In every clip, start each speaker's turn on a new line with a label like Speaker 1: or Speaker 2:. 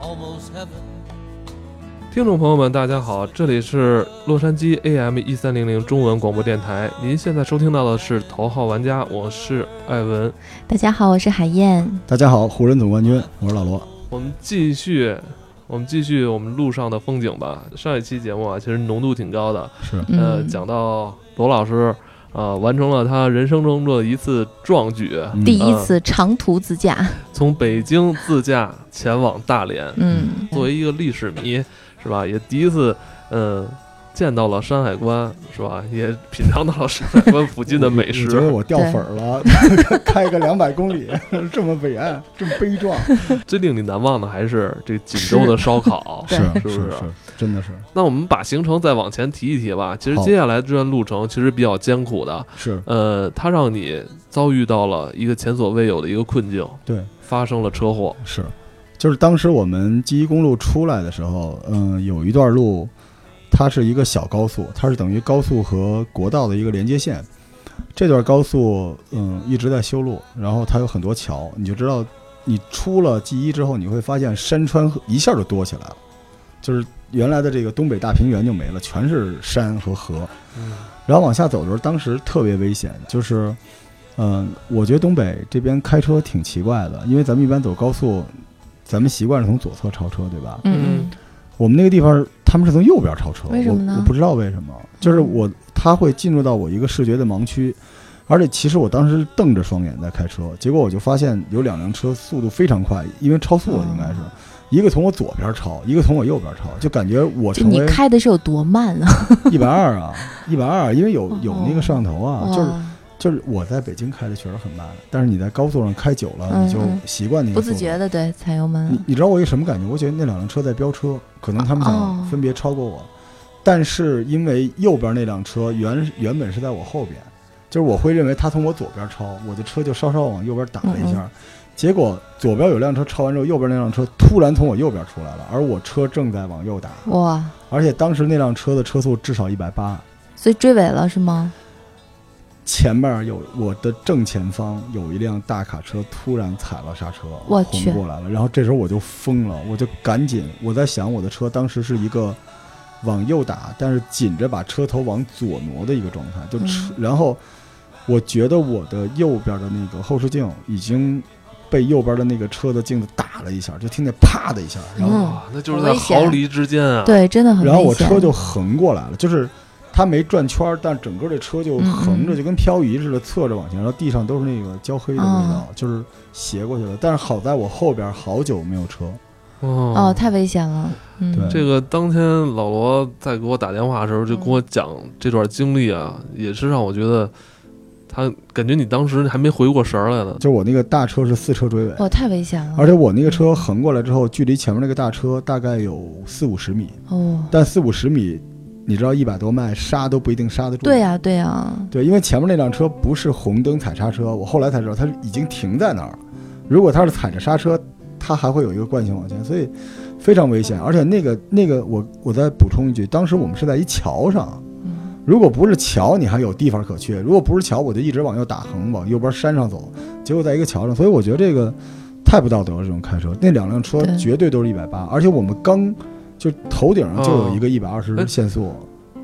Speaker 1: almost heaven.
Speaker 2: 听众朋友们，大家好，这里是洛杉矶 AM 一三零零中文广播电台。您现在收听到的是《头号玩家》，我是艾文。
Speaker 3: 大家好，我是海燕。
Speaker 4: 大家好，湖人总冠军，我是老罗。
Speaker 2: 我们继续，我们继续我们路上的风景吧。上一期节目啊，其实浓度挺高的，
Speaker 4: 是
Speaker 3: 嗯
Speaker 2: 呃，讲到罗老师啊、呃完成了他人生中的一次壮举，
Speaker 4: 嗯
Speaker 3: 第一次长途自驾，
Speaker 2: 从北京自驾前往大连。
Speaker 3: 嗯，。
Speaker 2: 作为一个历史迷，是吧？也第一次，嗯、见到了山海关，是吧？也品尝到了山海关附近的美
Speaker 4: 我觉
Speaker 2: 食。
Speaker 4: 得我掉粉儿 了，开个两百公里，这么伟岸，这么悲壮，
Speaker 2: 最令你难忘的还是这个锦州的烧烤
Speaker 3: 对
Speaker 2: 是不是啊
Speaker 4: 真的是
Speaker 2: 那我们把行程再往前提一提吧。其实
Speaker 4: 好
Speaker 2: 接下来这段路程其实比较艰苦的，
Speaker 4: 是，
Speaker 2: 呃，它让你遭遇到了一个前所未有的一个困境，
Speaker 4: 对，
Speaker 2: 发生了车祸。
Speaker 4: 是，就是当时我们记忆公路出来的时候，嗯，有一段路，它是一个小高速，它是等于高速和国道的一个连接线。这段高速，嗯，一直在修路，然后它有很多桥，你就知道，你出了 G 一之后，你会发现山川一下就多起来了，就是原来的这个东北大平原就没了，全是山和河。
Speaker 2: 嗯
Speaker 4: 然后往下走的时候，当时特别危险，就是，嗯、我觉得东北这边开车挺奇怪的，因为咱们一般走高速，咱们习惯是从左侧超车，对吧？
Speaker 3: 嗯
Speaker 4: 我们那个地方他们是从右边超车，
Speaker 3: 为什么呢嗯
Speaker 4: 我我不知道为什么，就是我他会进入到我一个视觉的盲区，而且其实我当时瞪着双眼在开车，结果我就发现有两辆车速度非常快，因为超速了应该
Speaker 3: 哦
Speaker 4: 是。一个从我左边超，一个从我右边超，就感觉我
Speaker 3: 这
Speaker 4: 成
Speaker 3: 你
Speaker 4: 为
Speaker 3: 开的是有多慢啊？
Speaker 4: 一百二啊，一百二，因为有有那个摄像头啊，就是
Speaker 3: 哇
Speaker 4: 就是我在北京开的确实很慢，但是你在高速上开久了，
Speaker 3: 嗯
Speaker 4: 你就习惯那个
Speaker 3: 不
Speaker 4: 速
Speaker 3: 自
Speaker 4: 度
Speaker 3: 觉。的对踩油门
Speaker 4: 你，你知道我一什么感觉？我觉得那两辆车在飙车，可能他们
Speaker 3: 哦
Speaker 4: 想分别超过我，但是因为右边那辆车原原本是在我后边，就是我会认为他从我左边超，我的车就稍稍往右边打了一
Speaker 3: 嗯
Speaker 4: 下，结果左边有辆车超完之后，右边那辆车突然从我右边出来了，而我车正在往右打，
Speaker 3: 哇！
Speaker 4: 而且当时那辆车的车速至少一百八，
Speaker 3: 所以追尾了是吗？
Speaker 4: 前面有我的正前方有一辆大卡车突然踩了刹车，
Speaker 3: 我
Speaker 4: 混
Speaker 3: 去
Speaker 4: 过来了。然后这时候我就疯了，我就赶紧我在想我的车当时是一个往右打，但是紧着把车头往左挪的一个状态，就
Speaker 3: 嗯
Speaker 4: 车、然后我觉得我的右边的那个后视镜已经被右边的那个车的镜子打了一下，就听见啪的一下，然后
Speaker 3: 嗯
Speaker 2: 哇，那就是
Speaker 3: 好
Speaker 2: 在
Speaker 3: 危险
Speaker 2: 毫厘之间啊！
Speaker 3: 对，真的很危险。
Speaker 4: 然后我车就横过来了，就是它没转圈儿，但整个这车就横着，
Speaker 3: 嗯嗯
Speaker 4: 就跟漂移似的，侧着往前，然后地上都是那个焦黑的味道，
Speaker 3: 哦
Speaker 4: 就是斜过去了。但是好在我后边好久没有车，
Speaker 3: 哦，太危险了。嗯，
Speaker 4: 对
Speaker 2: 嗯这个当天老罗在给我打电话的时候，就跟我讲这段经历啊，也是让我觉得他感觉你当时还没回过神儿来呢。
Speaker 4: 就是我那个大车是四车追尾，
Speaker 3: 哦，太危险了。
Speaker 4: 而且我那个车横过来之后，距离前面那个大车大概有四五十米，
Speaker 3: 哦，
Speaker 4: 但四五十米，你知道一百多迈刹都不一定刹得住。
Speaker 3: 对呀、对呀、啊，
Speaker 4: 对，因为前面那辆车不是红灯踩刹车，我后来才知道它已经停在那儿了。如果它是踩着刹车，它还会有一个惯性往前，所以非常危险。而且那个那个，我我再补充一句，当时我们是在一桥上，
Speaker 3: 嗯
Speaker 4: 如果不是桥，你还有地方可去；如果不是桥，我就一直往右打横，往右边山上走，结果在一个桥上，所以我觉得这个太不道德了。这种开车，那两辆车
Speaker 3: 对
Speaker 4: 绝对都是一百八，而且我们刚就头顶上就有一个一百二十
Speaker 2: 哎
Speaker 4: 限速。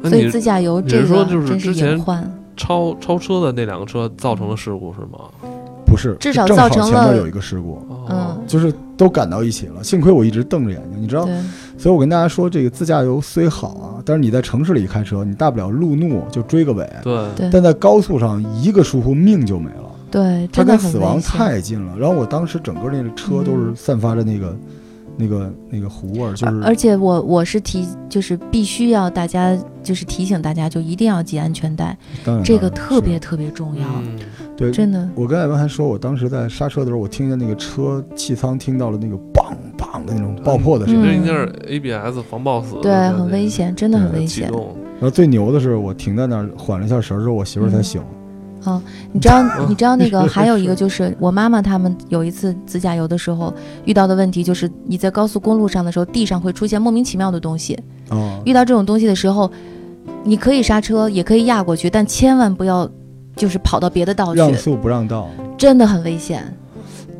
Speaker 2: 那
Speaker 3: 所以
Speaker 2: 你
Speaker 3: 自驾游
Speaker 2: 你
Speaker 3: 这
Speaker 2: 是说
Speaker 3: 个
Speaker 2: 就是
Speaker 3: 真是
Speaker 2: 之前
Speaker 3: 隐患。
Speaker 2: 超超车的那两个车造成了事故是吗？
Speaker 4: 不是，
Speaker 3: 至少
Speaker 4: 正好
Speaker 3: 造成
Speaker 4: 前面
Speaker 3: 了
Speaker 4: 有一个事故，
Speaker 2: 哦
Speaker 3: 嗯，
Speaker 4: 就是都赶到一起了。幸亏我一直瞪着眼睛，你知道，
Speaker 2: 哦
Speaker 3: 对，
Speaker 4: 所以我跟大家说，这个自驾游虽好啊，但是你在城市里开车，你大不了路怒就追个尾，
Speaker 2: 对，
Speaker 3: 对
Speaker 4: 但在高速上一个疏忽命就没了，
Speaker 3: 对，
Speaker 4: 它
Speaker 3: 真的
Speaker 4: 跟
Speaker 3: 很
Speaker 4: 死
Speaker 3: 危
Speaker 4: 亡
Speaker 3: 险
Speaker 4: 太近了。然后我当时整个那个车都是
Speaker 3: 嗯
Speaker 4: 散发着那个、那个、那个糊味儿，就
Speaker 3: 而
Speaker 4: 是
Speaker 3: 呃而且我我是提，就是必须要大家就是提醒大家，就一定要系安全带，
Speaker 4: 当然
Speaker 3: 这个
Speaker 4: 当然
Speaker 3: 特别
Speaker 4: 嗯是
Speaker 3: 特别重要，
Speaker 2: 嗯，
Speaker 4: 对。
Speaker 3: 真的。
Speaker 4: 我跟艾文还说，我当时在刹车的时候，我听见那个车气舱听到了那个“梆梆”的那种爆破的声音。
Speaker 2: 这
Speaker 3: 嗯
Speaker 2: 应该是 ABS 防抱死的
Speaker 3: 对，
Speaker 2: 那个
Speaker 3: 很危险，真的很
Speaker 4: 对
Speaker 3: 危
Speaker 2: 启
Speaker 3: 险。
Speaker 2: 动
Speaker 4: 然后最牛的是，我停在那儿缓了一下神儿之后，我媳妇儿才
Speaker 3: 嗯
Speaker 4: 醒。
Speaker 3: 你 知道，你知道那个还有一个就是我妈妈他们有一次自驾游的时候遇到的问题，就是你在高速公路上的时候，地上会出现莫名其妙的东西。
Speaker 4: 啊、
Speaker 3: 遇到这种东西的时候，你可以刹车，也可以压过去，哦但千万不要就是跑到别的道去
Speaker 4: 让，速不让道。
Speaker 3: 真的很危险。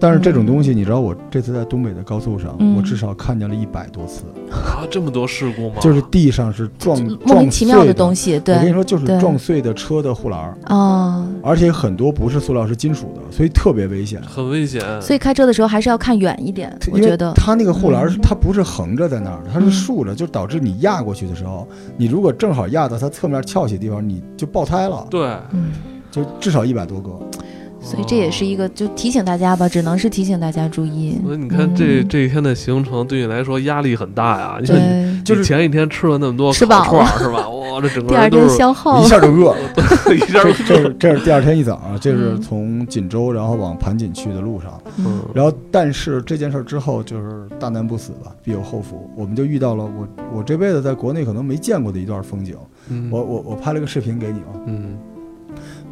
Speaker 4: 但是这种东西，你知道，我这次在东北的高速上，
Speaker 3: 嗯
Speaker 4: 我至少看见了一百多次，
Speaker 2: 啊，这么多事故吗？
Speaker 4: 就是地上是撞
Speaker 3: 莫名
Speaker 4: 撞
Speaker 3: 其妙
Speaker 4: 碎
Speaker 3: 的
Speaker 4: 的
Speaker 3: 东西，
Speaker 4: 我跟你
Speaker 3: 对，
Speaker 4: 说，就是
Speaker 3: 对
Speaker 4: 撞碎的车的护栏儿，
Speaker 3: 哦，
Speaker 4: 而且很多不是塑料，是金属的，所以特别危险。
Speaker 2: 很危险。
Speaker 3: 所以开车的时候还是要看远一点，我
Speaker 4: 因
Speaker 3: 觉
Speaker 4: 为
Speaker 3: 得，
Speaker 4: 它那个护栏是
Speaker 3: 嗯
Speaker 4: 它不是横着在那儿的，它是
Speaker 3: 嗯
Speaker 4: 竖着，就导致你压过去的时候，你如果正好压到它侧面翘起的地方，你就爆胎了，
Speaker 2: 对，
Speaker 3: 嗯，
Speaker 4: 就至少一百多个。
Speaker 3: 所以这也是一个就提醒大家吧，只能是提醒大家注意。
Speaker 2: 哦所以你看这
Speaker 3: 嗯
Speaker 2: 这一天的行程对你来说压力很大呀，因为你
Speaker 3: 对，
Speaker 4: 就是
Speaker 2: 你前一天吃了那么多
Speaker 3: 吃
Speaker 2: 烤
Speaker 3: 饱
Speaker 2: 串儿是 吧？哇，这整
Speaker 3: 第
Speaker 2: 个
Speaker 3: 二
Speaker 2: 人
Speaker 3: 天
Speaker 2: 都是
Speaker 3: 消耗
Speaker 4: 我一下就饿了。
Speaker 2: 一下
Speaker 4: 这
Speaker 2: 儿，
Speaker 4: 这是这是第二天一早啊，这是
Speaker 3: 嗯
Speaker 4: 从锦州然后往盘锦去的路上，
Speaker 3: 嗯
Speaker 4: 然后但是这件事儿之后就是大难不死吧，必有后福，我们就遇到了我我这辈子在国内可能没见过的一段风景。
Speaker 2: 嗯
Speaker 4: 我我我拍了个视频给你啊，
Speaker 2: 嗯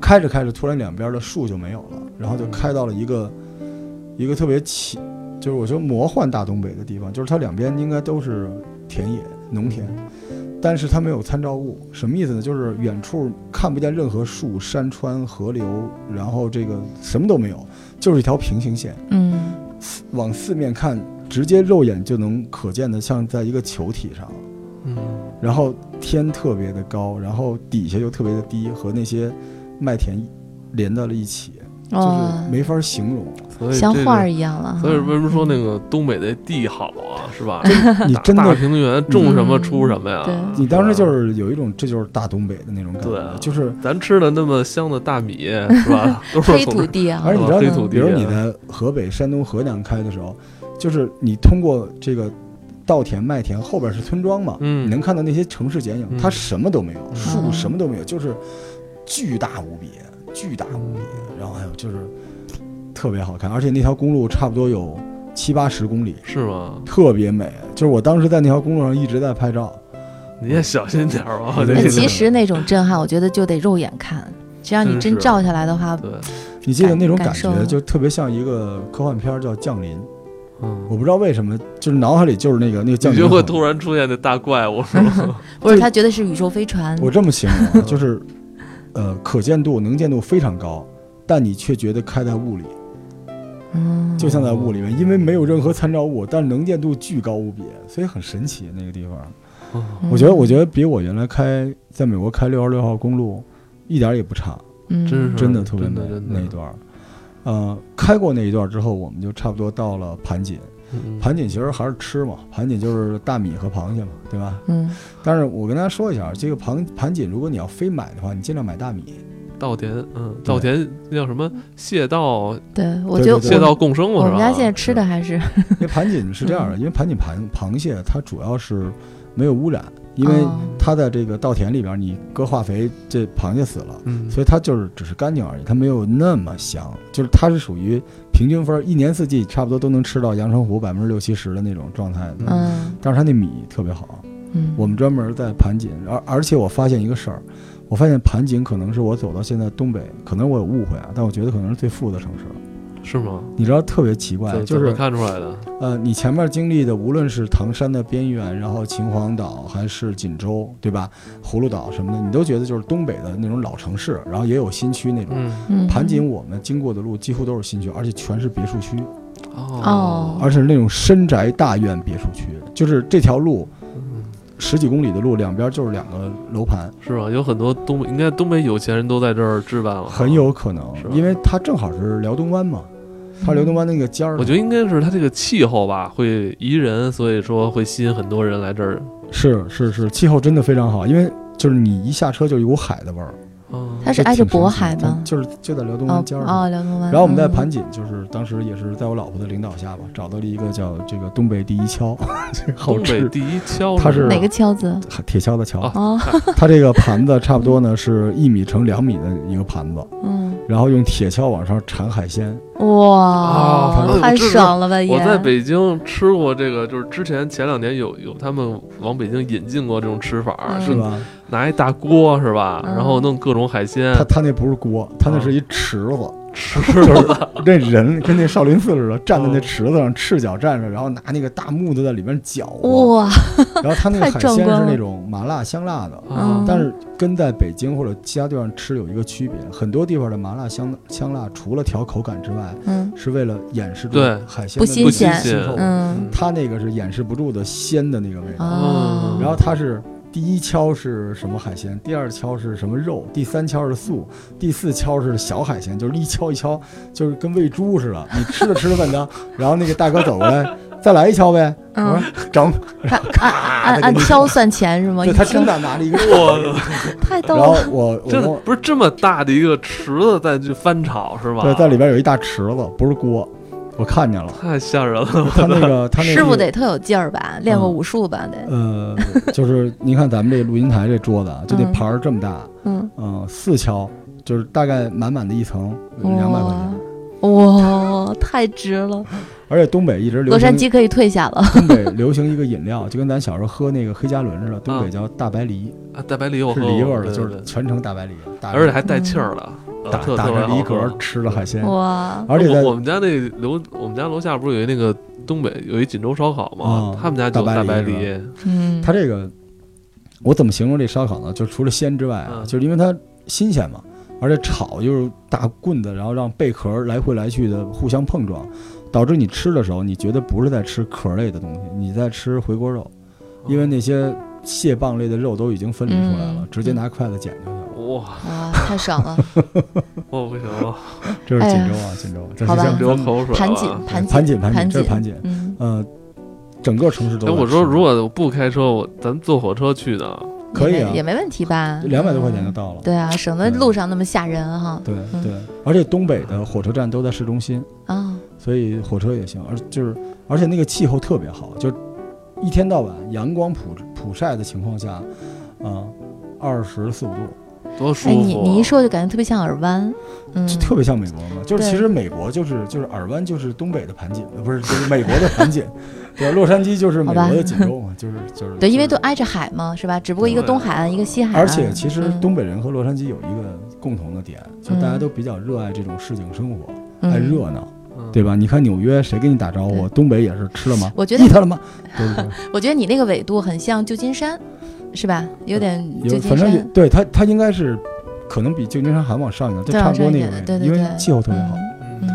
Speaker 4: 开着开着突然两边的树就没有了，然后就开到了一个一个特别奇，就是我觉得魔幻大东北的地方，就是它两边应该都是田野农田。
Speaker 2: 嗯
Speaker 4: 但是它没有参照物，什么意思呢？就是远处看不见任何树、山川、河流，然后这个什么都没有，就是一条平行线。
Speaker 3: 嗯
Speaker 4: 往四面看，直接肉眼就能可见的，像在一个球体上。
Speaker 2: 嗯
Speaker 4: 然后天特别的高，然后底下又特别的低，和那些麦田连到了一起，就是
Speaker 3: 哦，
Speaker 4: 没法形容。
Speaker 2: 所以
Speaker 3: 像
Speaker 2: 这
Speaker 3: 画
Speaker 2: 个
Speaker 3: 儿一样啊了哈。嗯
Speaker 2: 所以为什么说那个东北的地好啊，是吧？
Speaker 4: 你
Speaker 2: 大
Speaker 4: 真
Speaker 2: 大
Speaker 4: 的，
Speaker 2: 平原种什么
Speaker 3: 嗯
Speaker 2: 出什么呀？
Speaker 3: 对
Speaker 4: 你当时就是
Speaker 2: 吧
Speaker 4: 是有一种这就是大东北的那种感
Speaker 2: 对啊
Speaker 4: 觉，就是。
Speaker 2: 咱吃的那么香的大米是 吧？都是
Speaker 3: 黑
Speaker 2: 从
Speaker 3: 土地啊，
Speaker 4: 而且你知道
Speaker 2: 黑
Speaker 4: 吗
Speaker 2: 土？地
Speaker 4: 比如你在河北、山东、河南开的时候，就是你通过这个稻田、麦田后边是村庄嘛，
Speaker 2: 嗯
Speaker 4: 你能看到那些城市剪影，
Speaker 2: 嗯
Speaker 4: 它什么都没有，树
Speaker 3: 嗯
Speaker 4: 什么都没有，就是巨大无比，巨大啊无比。
Speaker 2: 嗯
Speaker 4: 然后还有就是特别好看，而且那条公路差不多有七八十公里，
Speaker 2: 是吗？
Speaker 4: 特别美。就是我当时在那条公路上一直在拍照，
Speaker 2: 你也小心点儿吧。这
Speaker 4: 对
Speaker 3: 那
Speaker 2: 个
Speaker 4: 对
Speaker 3: 其实那种震撼，我觉得就得肉眼看，只要你
Speaker 2: 真
Speaker 3: 真
Speaker 2: 是啊
Speaker 3: 照下来的话，
Speaker 2: 对，
Speaker 4: 你记得
Speaker 3: 感
Speaker 4: 那种
Speaker 3: 感
Speaker 4: 感
Speaker 3: 受
Speaker 4: 觉就特别像一个科幻片儿叫《降临》，
Speaker 2: 嗯，
Speaker 4: 我不知道为什么，就是脑海里就是那个那个降
Speaker 2: 你
Speaker 4: 临
Speaker 2: 就会
Speaker 4: 很。
Speaker 2: 突然出现那大怪 物是吗？
Speaker 3: 不是他觉得是宇宙飞船，
Speaker 4: 我这么形容啊，就是呃，可见度、能见度非常高，但你却觉得开在雾里，
Speaker 3: 嗯，
Speaker 4: 就
Speaker 2: 哦
Speaker 4: 像在雾里面，因为没有任何参照物，但能见度巨高无比，所以很神奇那个地方。
Speaker 2: 嗯
Speaker 3: 嗯
Speaker 4: 我觉得，我觉得比我原来开在美国开六二六号公路一点儿也不差，
Speaker 3: 嗯，
Speaker 2: 真是
Speaker 4: 真的特别
Speaker 2: 真
Speaker 4: 美
Speaker 2: 的真的
Speaker 4: 那一段儿。呃，开过那一段儿之后，我们就差不多到了盘锦。
Speaker 2: 嗯
Speaker 4: 盘锦其实还是吃嘛，盘锦就是大米和螃蟹嘛，对吧？
Speaker 3: 嗯
Speaker 4: 但是我跟大家说一下，这个盘盘锦，如果你要非买的话，你尽量买大米。
Speaker 2: 稻田，嗯，稻田那叫什么？蟹稻，
Speaker 3: 对，我
Speaker 4: 对
Speaker 3: 觉得
Speaker 4: 对
Speaker 2: 蟹
Speaker 4: 对
Speaker 2: 稻共生嘛，
Speaker 3: 嗯我
Speaker 2: 是吧？
Speaker 3: 们家现在吃的还是
Speaker 4: 因为盘锦是 这样的，因为盘锦盘螃蟹它主要是没有污染，因
Speaker 2: 啊
Speaker 4: 为
Speaker 3: 哦
Speaker 4: 它在这个稻田里边儿，你搁化肥，这螃蟹死了。
Speaker 2: 嗯，
Speaker 4: 所以它就是只是干净而已，它没有那么香，就是它是属于平均分儿，一年四季差不多都能吃到阳澄湖百分之六七十的那种状态的。
Speaker 3: 嗯
Speaker 4: 但是它那米特别好，
Speaker 3: 嗯，
Speaker 4: 我们专门在盘锦，而而且我发现一个事儿，我发现盘锦可能是我走到现在东北，可能我有误会啊，但我觉得可能是最富的城市。
Speaker 2: 以是吗？
Speaker 4: 你知道特别奇怪，啊
Speaker 2: 怎
Speaker 4: 就
Speaker 2: 怎么
Speaker 4: 是
Speaker 2: 看出来的？
Speaker 4: 呃，你前面经历的无论是唐山的边缘，然后秦皇岛还是锦州，对吧？葫芦岛什么的，你都觉得就是东北的那种老城市，然后也有新区那种。
Speaker 2: 嗯，
Speaker 3: 嗯
Speaker 4: 盘锦，我们经过的路几乎都是新区，而且全是别墅区，
Speaker 2: 哦，
Speaker 4: 而且是那种深宅大院别墅区。就是这条路
Speaker 2: 嗯
Speaker 4: 十几公里的路，两边就是两个楼盘，
Speaker 2: 是吧？有很多东北，应该东北有钱人都在这儿置办了，
Speaker 4: 很。有可能
Speaker 2: 哦是吧，嗯
Speaker 4: 因为它正好是辽东湾嘛，它辽东湾那个尖儿，
Speaker 2: 我觉得应该是它这个气候吧，会宜人，所以说会吸引很多人来这儿。
Speaker 4: 是是是，气候真的非常好，因为就是你一下车就有股海的味儿，
Speaker 2: 嗯，
Speaker 3: 它是
Speaker 4: 就
Speaker 3: 挨着
Speaker 4: 挺神
Speaker 3: 渤
Speaker 4: 奇
Speaker 3: 海
Speaker 4: 它
Speaker 3: 吗？
Speaker 4: 就是就在辽东
Speaker 3: 哦
Speaker 4: 湾尖儿上。
Speaker 3: 哦，辽东湾。
Speaker 4: 然后我们在盘
Speaker 3: 嗯，
Speaker 4: 锦，就是当时也是在我老婆的领导下吧，找到了一个叫这个东北第一锹，这个好
Speaker 2: 东北
Speaker 4: 吃
Speaker 2: 第一锹
Speaker 4: 它是
Speaker 2: 吗
Speaker 3: 哪个敲字？
Speaker 4: 铁锹的锹
Speaker 2: 哦
Speaker 3: 哦，
Speaker 4: 它这个盘子差不多呢是一米乘两米的一个盘子，
Speaker 3: 嗯，
Speaker 4: 然后用铁锹往上缠海鲜，
Speaker 2: 啊
Speaker 3: 哇，
Speaker 2: 我
Speaker 3: 太
Speaker 2: 知道
Speaker 3: 爽了吧！
Speaker 2: 我
Speaker 3: 也
Speaker 2: 在北京吃过这个，就是之前前两年有有他们往北京引进过这种吃法，
Speaker 3: 嗯
Speaker 2: 是
Speaker 4: 是吧？
Speaker 2: 拿一大锅是吧，
Speaker 3: 嗯
Speaker 2: 然后弄各种海鲜哦
Speaker 4: 它它那不是锅，它那是一池子，
Speaker 2: 吃了，
Speaker 4: 那人跟那少林寺似的，站在
Speaker 2: 哦
Speaker 4: 那池子上，赤脚站着，然后拿那个大木头在里面搅和。
Speaker 3: 哇，
Speaker 4: 然后他那个海
Speaker 3: 太
Speaker 4: 鲜
Speaker 3: 壮
Speaker 4: 是
Speaker 3: 观了
Speaker 4: 那种麻辣香辣的，
Speaker 2: 啊
Speaker 3: 嗯
Speaker 4: 但是跟在北京或者其他地方吃有一个区别，很多地方的麻辣香香辣除了调口感之外，
Speaker 3: 嗯
Speaker 4: 是为了掩饰住
Speaker 2: 对
Speaker 4: 海鲜
Speaker 3: 不
Speaker 4: 的那
Speaker 3: 新
Speaker 4: 个
Speaker 3: 鲜
Speaker 4: 腥臭味
Speaker 3: 嗯
Speaker 4: 它那个是掩饰不住的鲜的那个
Speaker 2: 嗯
Speaker 4: 味道。
Speaker 3: 啊，
Speaker 4: 然后它是第一敲是什么海鲜，第二敲是什么肉，第三敲是素，第四敲是小海鲜，就是一敲一敲，就是跟喂猪似的。你吃着吃着问他，然后那 个大哥走过来，再来一敲呗。我
Speaker 3: 嗯，
Speaker 4: 说整，
Speaker 3: 他按按
Speaker 4: 那
Speaker 3: 按
Speaker 4: 个
Speaker 3: 挑算钱是吗？
Speaker 4: 对
Speaker 3: 一
Speaker 4: 他
Speaker 3: 听
Speaker 4: 真的拿着 一个。
Speaker 2: 我
Speaker 3: 太逗
Speaker 4: 然后
Speaker 3: 了，
Speaker 4: 我我
Speaker 2: 真的
Speaker 4: 跟我
Speaker 2: 不是这么大的一个池子再去翻炒是吧？
Speaker 4: 对，在里边有一大池子，不是锅，我看见了。
Speaker 2: 太吓人了，
Speaker 4: 他那个他那个嗯
Speaker 3: 师傅得特有劲儿吧，练过武术吧得，
Speaker 4: 呃，就是您看咱们这录音台这桌子啊，就那
Speaker 3: 嗯
Speaker 4: 盘儿这么大，
Speaker 3: 嗯，
Speaker 4: 嗯、四敲，就是大概满满的一层，两百块
Speaker 3: 哦
Speaker 4: 钱。
Speaker 3: 嗯哇，哇，太值了，
Speaker 4: 而且东北一直流
Speaker 3: 洛杉
Speaker 4: 行，
Speaker 3: 矶可以退下了，
Speaker 4: 东北流行一个饮料，就跟咱小时候喝那个黑加仑似的，东北叫大白梨，
Speaker 2: 啊，大白梨我
Speaker 4: 是
Speaker 2: 喝过，
Speaker 4: 梨味儿的，
Speaker 2: 嗯对
Speaker 4: 就
Speaker 2: 对
Speaker 4: 是全程大白梨，大白
Speaker 2: 而
Speaker 4: 梨
Speaker 2: 且还带气儿的，呃
Speaker 4: 打
Speaker 2: 特
Speaker 4: 打
Speaker 2: 特别
Speaker 4: 着
Speaker 2: 好
Speaker 4: 梨
Speaker 2: 喝
Speaker 4: 壳儿吃的海鲜，
Speaker 3: 哦哇，
Speaker 4: 而且
Speaker 2: 我我
Speaker 4: 在
Speaker 2: 们家那楼，我们家楼下不是有一那个东北有一锦州烧烤吗
Speaker 4: 嗯？
Speaker 2: 他们家就
Speaker 4: 大白
Speaker 2: 大白
Speaker 4: 梨
Speaker 2: 梨，
Speaker 3: 嗯，
Speaker 4: 它这个，我怎么形容这烧烤呢？就除了鲜之外啊，
Speaker 2: 嗯
Speaker 4: 就是因为它新鲜嘛，而且炒就是大棍子，然后让贝壳儿来回来去的互相碰撞，导致你吃的时候，你觉得不是在吃壳类的东西，你在吃回锅肉，
Speaker 2: 嗯
Speaker 4: 因为那些蟹棒类的肉都已经分离出来了
Speaker 3: 嗯，
Speaker 4: 直接拿筷子捡就行了。
Speaker 2: 哇，
Speaker 3: 哇，太爽 了，
Speaker 2: 我不行了，
Speaker 4: 这是
Speaker 3: 哎
Speaker 4: 锦
Speaker 3: 呀
Speaker 4: 州啊，锦州，这
Speaker 3: 好
Speaker 4: 是
Speaker 3: 吧
Speaker 4: 像
Speaker 2: 流口水
Speaker 3: 盘锦
Speaker 2: 了。
Speaker 3: 盘
Speaker 4: 嗯盘
Speaker 3: 锦
Speaker 4: 锦盘
Speaker 3: 盘
Speaker 4: 锦，这是盘锦，
Speaker 3: 嗯，
Speaker 4: 呃，整个城市都
Speaker 2: 哎，
Speaker 4: 在吃。
Speaker 2: 我说如果我不开车，我咱坐火车去的，
Speaker 4: 可以
Speaker 3: 也
Speaker 4: 啊
Speaker 3: 没也没问题吧，
Speaker 4: 两百多块钱就
Speaker 3: 嗯
Speaker 4: 到了，
Speaker 3: 对啊，省得路上那么吓人哈，
Speaker 4: 对
Speaker 3: 嗯
Speaker 4: 对，而且东北的火车站都在市中心，
Speaker 3: 啊，
Speaker 4: 所以火车也行，而就是而且那个气候特别好，就一天到晚阳光普普晒的情况下，啊、二十四五度，
Speaker 2: 多舒
Speaker 3: 哎，
Speaker 2: 服。
Speaker 3: 你你一说就感觉特别像耳湾，嗯，
Speaker 4: 就特别像美国嘛。就是
Speaker 3: 对
Speaker 4: 其实美国就是就是耳湾就是东北的盘锦，呃不是就是美国的盘锦，对，洛杉矶就是美
Speaker 3: 好吧
Speaker 4: 国的锦州嘛，就是就是
Speaker 3: 对，因为
Speaker 4: 就
Speaker 3: 都
Speaker 4: 是
Speaker 3: 挨着海嘛，是吧？只不过一个
Speaker 2: 对
Speaker 3: 东海岸，一个西海岸。
Speaker 4: 而且其实
Speaker 3: 嗯
Speaker 4: 东北人和洛杉矶有一个共同的点，就大家都比较热爱这种市井生活，爱
Speaker 3: 嗯
Speaker 4: 热闹，
Speaker 2: 嗯
Speaker 4: 对吧？你看纽约，谁跟你打招呼？
Speaker 3: 对
Speaker 4: 东北也是吃了吗？
Speaker 3: 我觉得
Speaker 4: 你他了吗？对不对？
Speaker 3: 我觉得你那个纬度很像旧金山，是吧？有点旧
Speaker 4: 呃有，
Speaker 3: 金
Speaker 4: 反正也
Speaker 3: 山，
Speaker 4: 对他，他应该是可能比旧金山还往上一点，就
Speaker 3: 对
Speaker 4: 差不多那个
Speaker 3: 往上
Speaker 4: 位
Speaker 3: 一点
Speaker 4: 置，
Speaker 3: 对对
Speaker 4: 因为
Speaker 3: 对
Speaker 4: 气候特别好。
Speaker 2: 嗯
Speaker 3: 嗯，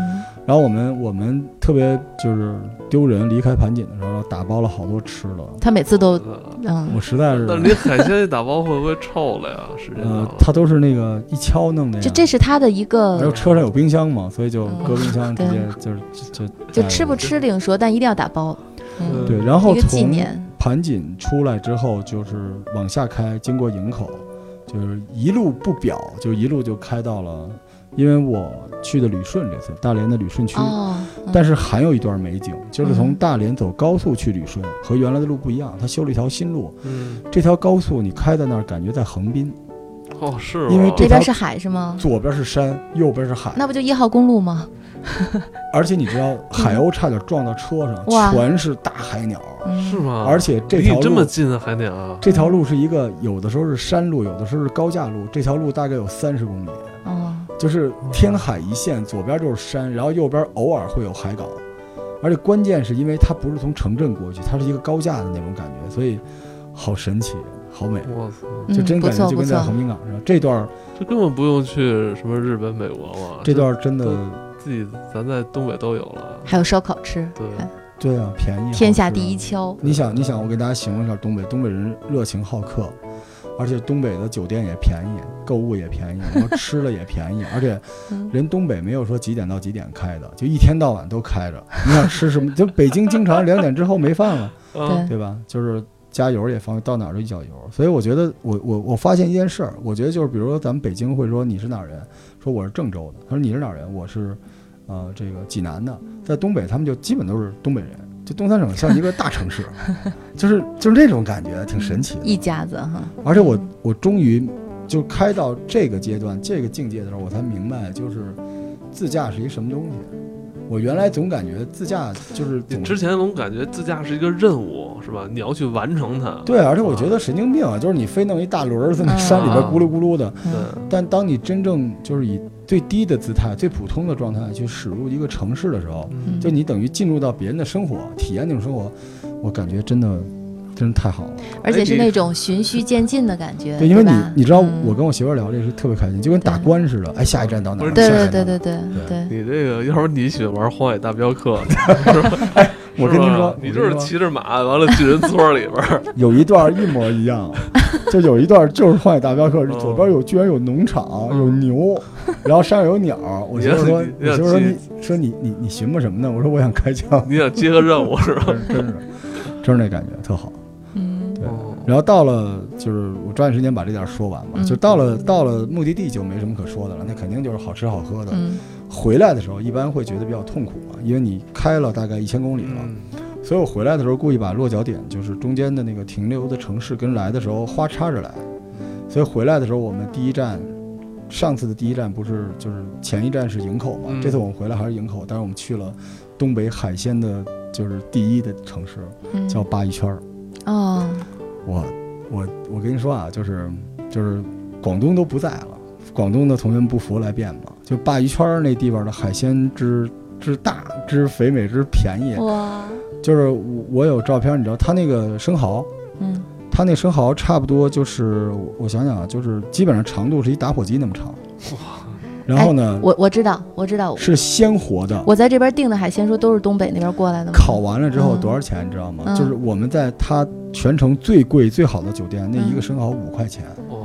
Speaker 4: 然后我们我们特别就是丢人，离开盘锦的时候，然后打包了好多吃的，
Speaker 3: 他每次都
Speaker 4: 我
Speaker 3: 嗯，
Speaker 4: 实在是
Speaker 2: 但是你海鲜一打包会不会臭了呀？时间到
Speaker 4: 呃
Speaker 2: 了，，
Speaker 4: 他都是那个一敲弄的呀
Speaker 3: 这。这是他的一
Speaker 4: 还有
Speaker 3: 个，
Speaker 4: 车上有冰箱嘛，所以就
Speaker 3: 嗯
Speaker 4: 搁冰箱，直
Speaker 3: 对
Speaker 4: 接就是就就
Speaker 3: 就
Speaker 4: 带
Speaker 3: 吃不
Speaker 4: 过去
Speaker 3: 吃另说，但一定要打包，嗯，
Speaker 4: 对，然后
Speaker 3: 一个纪
Speaker 4: 从
Speaker 3: 念。
Speaker 4: 盘锦出来之后，就是往下开，经过营口，就是一路不表，就一路就开到了，因为我去的旅顺这次大连的旅顺区，
Speaker 3: 哦，
Speaker 4: 但
Speaker 3: 是
Speaker 4: 是还有一段美景，就是从
Speaker 3: 嗯
Speaker 4: 大连走高速去旅顺，和原来的路不一样，它修了一条新路。
Speaker 2: 嗯，
Speaker 4: 这条高速你开在那儿，感觉在横滨，
Speaker 2: 哦是吗，
Speaker 4: 因为这
Speaker 3: 那
Speaker 4: 条
Speaker 3: 边是海是吗？
Speaker 4: 左边是山，右边是海，
Speaker 3: 那不就一号公路吗？
Speaker 4: 而且你知道海鸥差点撞到车上，
Speaker 3: 哇
Speaker 4: 全是大海鸟，
Speaker 3: 嗯
Speaker 2: 是？吗？
Speaker 4: 而且这
Speaker 2: 离
Speaker 4: 条
Speaker 2: 你这么
Speaker 4: 路。
Speaker 2: 近啊，海点啊，
Speaker 4: 这条路是一个有的时候是山路，有的时候是高架路。这条路大概有三十公里，
Speaker 3: 哦，
Speaker 4: 就是天海一线，左边就是山，然后右边偶尔会有海港，而且关键是因为它不是从城镇过去，它是一个高架的那种感觉，所以好神奇，好美，
Speaker 2: 我操，
Speaker 4: 就
Speaker 3: 嗯
Speaker 4: 真
Speaker 3: 不
Speaker 4: 感觉
Speaker 3: 错
Speaker 4: 就
Speaker 3: 不
Speaker 4: 跟在
Speaker 3: 错，
Speaker 4: 横滨港上。这段儿
Speaker 2: 这根本不用去什么日本、美国嘛，
Speaker 4: 这段儿真
Speaker 2: 都
Speaker 4: 的，
Speaker 2: 自己咱在东北都有了，
Speaker 3: 还有烧烤吃，
Speaker 2: 对，
Speaker 4: 对啊，便宜，
Speaker 3: 天
Speaker 4: 好
Speaker 3: 下
Speaker 4: 吃
Speaker 3: 第一。橇，
Speaker 4: 你想，你想，我给大家形容一下东北，东北人热情好客，而且东北的酒店也便宜，购物也便宜，然后吃了也便宜，而且
Speaker 3: 嗯
Speaker 4: 人东北没有说几点到几点开的，就一天到晚都开着。你想吃什么？就北京经常两点之后没饭了，
Speaker 2: 嗯
Speaker 4: 对吧？就是加油也方便，到哪儿都一脚油。所以我觉得我，我我发现一件事儿，我觉得就是，比如说咱们北京会说你是哪儿人，说我是郑州的，他说你是哪儿人，我是呃这个济南的，在东北他们就基本都是东北人，就东三省像一个大城市，就是就是这种感觉，挺神奇的。
Speaker 3: 一家子哈。
Speaker 4: 而且我我终于就开到这个阶段、这个境界的时候，我才明白，就是自驾是一什么东西。我原来总感觉自驾就是
Speaker 2: 你
Speaker 4: 总
Speaker 2: 之前总感觉自驾是一个任务，是吧？你要去完成它。
Speaker 4: 对，而且我觉得神经病啊，就是你非弄一大轮儿在那山里边
Speaker 2: 啊
Speaker 4: 咕噜咕噜的。
Speaker 3: 嗯
Speaker 4: 但当你真正就是以最低的姿态、最普通的状态去驶入一个城市的时候，
Speaker 2: 嗯
Speaker 4: 就你等于进入到别人的生活，体验那种生活，我感觉真的真的太好了。
Speaker 3: 而且是那种循序渐进的感觉，
Speaker 4: 哎对，因为你
Speaker 3: 吧
Speaker 4: 你知道，
Speaker 3: 嗯
Speaker 4: 我跟我媳妇儿聊这个是特别开心，就跟打
Speaker 3: 对
Speaker 4: 官似的。哎，下一站到哪儿？
Speaker 2: 不是
Speaker 3: 对
Speaker 4: 下一
Speaker 3: 对
Speaker 4: 站到
Speaker 3: 对
Speaker 4: 哪儿
Speaker 3: 对对对，
Speaker 2: 你这个，要不然你喜欢玩《荒野大镖客》是吧，
Speaker 4: 我跟您说，
Speaker 2: 你
Speaker 4: 我
Speaker 2: 就是
Speaker 4: 跟您说
Speaker 2: 骑着马，完了进人村里边儿，
Speaker 4: 有一段一模一样，就有一段就是《荒野大镖客》，左边有居然有农场，
Speaker 2: 哦嗯
Speaker 4: 有牛，然后山上有鸟。我媳妇儿说，
Speaker 2: 你
Speaker 4: 我
Speaker 2: 要
Speaker 4: 媳
Speaker 2: 是
Speaker 4: 妇儿说
Speaker 2: 你
Speaker 4: 你说你你你寻摸什么呢？我说我想开枪，
Speaker 2: 你想接个任务是吧？
Speaker 4: 真真是真是那感觉特好。
Speaker 3: 嗯
Speaker 4: 对
Speaker 2: 哦
Speaker 4: 然后到了就是我抓紧时间把这点儿说完嘛，
Speaker 3: 嗯
Speaker 4: 就到了到了目的地就没什么可说的了，那肯定就是好吃好喝的。
Speaker 3: 嗯
Speaker 4: 回来的时候一般会觉得比较痛苦嘛，因为你开了大概一千公里了，
Speaker 2: 嗯
Speaker 4: 所以我回来的时候故意把落脚点，就是中间的那个停留的城市跟来的时候花插着来，所以回来的时候我们第一站，上次的第一站不是就是前一站是营口嘛，
Speaker 2: 嗯
Speaker 4: 这次我们回来还是营口，但是我们去了东北海鲜的就是第一的城市
Speaker 3: 嗯
Speaker 4: 叫鲅鱼圈儿，
Speaker 3: 哦，
Speaker 4: 我我我跟你说啊，就是就是广东都不在了，广东的同学们不服来辩嘛，就鲅鱼圈儿那地方的海鲜之之大之肥美之便
Speaker 3: 嗯
Speaker 4: 宜，
Speaker 3: 哇，
Speaker 4: 就是我我有照片，你知道他那个生蚝，
Speaker 3: 嗯
Speaker 4: 他那生蚝差不多就是我我想想啊，就是基本上长度是一打火机那么长。然后呢，
Speaker 3: 我我知道哎我知道，
Speaker 4: 是鲜活的，
Speaker 3: 我在这边订的海鲜说都是东北那边过来的吗？
Speaker 4: 烤啊完了之后
Speaker 3: 嗯
Speaker 4: 多少钱你知道吗？
Speaker 3: 嗯
Speaker 4: 就是我们在他全城最贵最好的酒店，那一个
Speaker 3: 嗯
Speaker 4: 生蚝五块钱，
Speaker 2: 哇，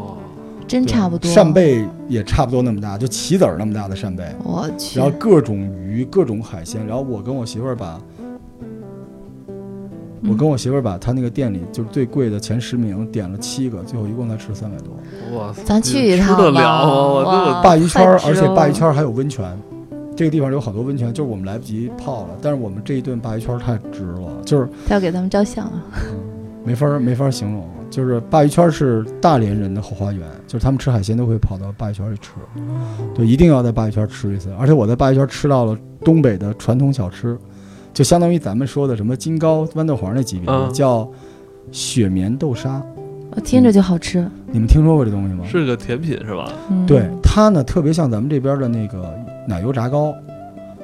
Speaker 3: 真差不多，
Speaker 4: 扇，贝也差不多那么大，就棋子儿那么大的扇贝，
Speaker 3: 我去
Speaker 4: 然，后各种鱼各种海鲜，然后我跟我媳妇儿把我跟我媳妇儿把她那个店里就是最贵的前十名点了七个，最后一共才吃三百多。
Speaker 2: 哇塞，
Speaker 3: 咱去一趟
Speaker 2: 吃得了
Speaker 3: 吧
Speaker 2: 吗我
Speaker 3: 哇
Speaker 2: 这个
Speaker 3: 啊
Speaker 4: 鲅鱼圈儿，
Speaker 3: 太值
Speaker 4: 而且
Speaker 3: 了
Speaker 4: 鲅鱼圈儿还有温泉，这个地方有好多温泉，就是我们来不及泡了。但是我们这一顿鲅鱼圈儿太值了，就是
Speaker 3: 他要给咱们照相啊，
Speaker 4: 没法儿没法儿形容。就是鲅鱼圈儿是大连人的后花园，就是他们吃海鲜都会跑到鲅鱼圈儿里吃，
Speaker 2: 哦
Speaker 4: 对，一定要在鲅鱼圈儿吃一次。而且我在鲅鱼圈儿吃到了东北的传统小吃，就相当于咱们说的什么金糕、豌豆黄那级别的，
Speaker 2: 嗯
Speaker 4: 叫雪棉豆沙。
Speaker 3: 我听着
Speaker 4: 嗯
Speaker 3: 就好吃，
Speaker 4: 你们听说过这东西吗？
Speaker 2: 是个甜品是吧？
Speaker 3: 嗯
Speaker 4: 对，它呢，特别像咱们这边的那个奶油炸糕，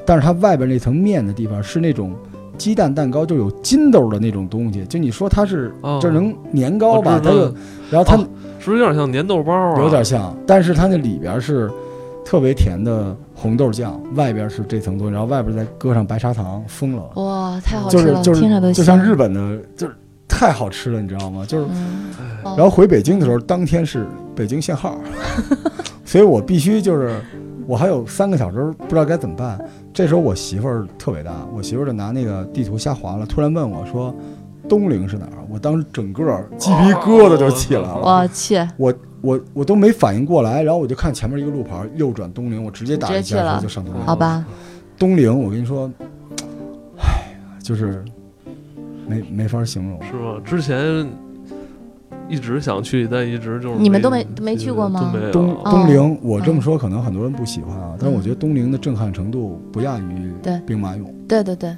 Speaker 4: 但是它外边那层面的地方是那种鸡蛋蛋糕，就有筋斗的那种东西。就你说它是
Speaker 2: 哦
Speaker 4: 这能年糕吧
Speaker 2: 我？知
Speaker 4: 它
Speaker 2: 道
Speaker 4: 有，然后它
Speaker 2: 哦是不是有点像粘豆包啊？
Speaker 4: 有点像，但是它那里边是特别甜的红豆酱，外边是这层东西，然后外边再搁上白砂糖，疯了，
Speaker 3: 哇，太好
Speaker 4: 就
Speaker 3: 吃
Speaker 4: 是
Speaker 3: 了，
Speaker 4: 就是
Speaker 3: 听着都
Speaker 4: 就像
Speaker 2: 啊
Speaker 3: 香
Speaker 4: 日本的，就是太好吃了，你知道吗？就是
Speaker 3: 嗯，
Speaker 2: 哎
Speaker 3: 哦
Speaker 4: 然后回北京的时候，当天是北京限 号，所以我必须就是我还有三个小时，不知道该怎么办。这时候我媳妇儿特伟大，我媳妇儿就拿那个地图瞎划了，突然问我说：“东陵是哪儿？”我当时整个儿鸡皮
Speaker 2: 哦
Speaker 4: 疙瘩就起来了，
Speaker 3: 我去，
Speaker 4: 我我都没反应过来，然后我就看前面一个路牌儿右转东陵，我直接打一
Speaker 3: 直接去
Speaker 4: 下
Speaker 3: 了
Speaker 4: 就上东陵。
Speaker 3: 好吧，
Speaker 4: 东陵，我跟你说，唉，就是没没法形容。
Speaker 2: 嗯是吧？之前一直想去，但一直就是
Speaker 3: 你们都没没去过吗
Speaker 2: 都没有啊
Speaker 4: 东
Speaker 3: 哦嗯
Speaker 4: 东陵，我这么说可能很多人不喜欢啊，但是我觉得东陵的震撼程度不亚于
Speaker 3: 对
Speaker 4: 兵马俑，
Speaker 3: 对对对，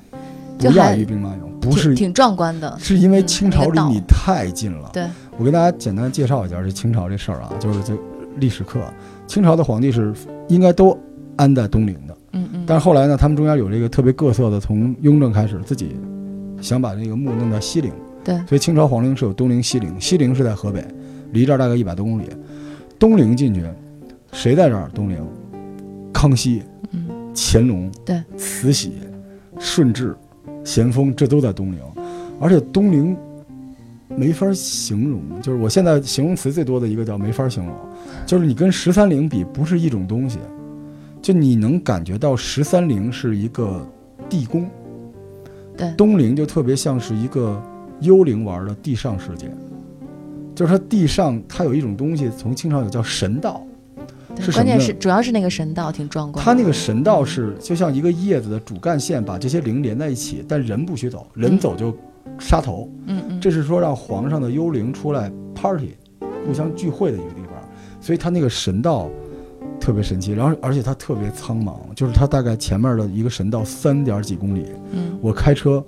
Speaker 3: 就
Speaker 4: 不亚
Speaker 3: 还
Speaker 4: 于兵马俑，不
Speaker 3: 挺
Speaker 4: 是
Speaker 3: 挺壮观的，
Speaker 4: 是因为清
Speaker 3: 嗯
Speaker 4: 朝
Speaker 3: 那个
Speaker 4: 离
Speaker 3: 道
Speaker 4: 你太近了。
Speaker 3: 对，
Speaker 4: 我跟大家简单介绍一下这清朝这事儿啊，就是这历史课，清朝的皇帝是应该都安在东陵的，
Speaker 3: 嗯嗯，
Speaker 4: 但是后来呢，他们中间有这个特别各色的，从雍正开始自己想把这个墓弄到西陵，
Speaker 3: 对
Speaker 4: 所以清朝皇陵是有东陵、西陵，西陵是在河北，离这儿大概一百多公里。东陵进去，谁在这儿？东陵，康熙、
Speaker 3: 嗯
Speaker 4: 乾隆、
Speaker 3: 对、
Speaker 4: 慈禧、顺治、咸丰，这都在东陵，而且东陵没法形容，就是我现在形容词最多的一个叫没法形容，就是你跟十三陵比不是一种东西，就你能感觉到十三陵是一个地宫，
Speaker 3: 对
Speaker 4: 东陵就特别像是一个幽灵玩的地上世界，就是它地上它有一种东西，从清朝有叫神道，
Speaker 3: 对
Speaker 4: 是什
Speaker 3: 关键
Speaker 4: 么呢
Speaker 3: 是主要是那个神道挺壮观的，
Speaker 4: 它那个神道是就像一个叶子的主干线把这些灵连在一起，但人不许走，人
Speaker 3: 嗯
Speaker 4: 走就杀头。
Speaker 3: 嗯嗯，
Speaker 4: 这是说让皇上的幽灵出来 party，互相聚会的一个地方，所以他那个神道特别神奇，然后而且它特别苍茫，就是它大概前面的一个神道三点几公里，
Speaker 3: 嗯，
Speaker 4: 我开车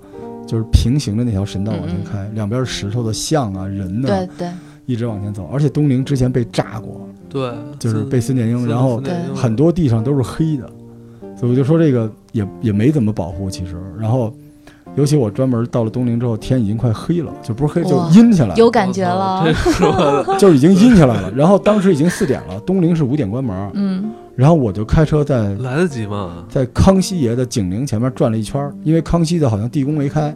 Speaker 4: 就是平行的那条神道往
Speaker 3: 嗯
Speaker 4: 前
Speaker 3: 嗯
Speaker 4: 开，两边是石头的像啊、人呐、
Speaker 3: 对对，
Speaker 4: 一直往前走。而且东陵之前被炸过，
Speaker 2: 对，
Speaker 4: 就是
Speaker 3: 嗯
Speaker 4: 被
Speaker 2: 森
Speaker 4: 孙剑英，然后
Speaker 2: 森田英
Speaker 3: 对
Speaker 4: 很多地上都是黑的，所以我就说这个也也没怎么保护，其实。然后，尤其我专门到了东陵之后，天已经快黑了，就不是黑，就
Speaker 3: 哇
Speaker 4: 阴起来
Speaker 3: 有
Speaker 4: 了，
Speaker 3: 感觉了
Speaker 2: 啊
Speaker 3: 哦
Speaker 2: 这，是我 的
Speaker 4: 就是已经阴起来了。然后当时已经四点了，东陵是五点关门，
Speaker 3: 嗯，
Speaker 4: 然后我就开车在
Speaker 2: 来得及吗？
Speaker 4: 在康熙爷的景陵前面转了一圈儿，因为康熙的好像地宫没开，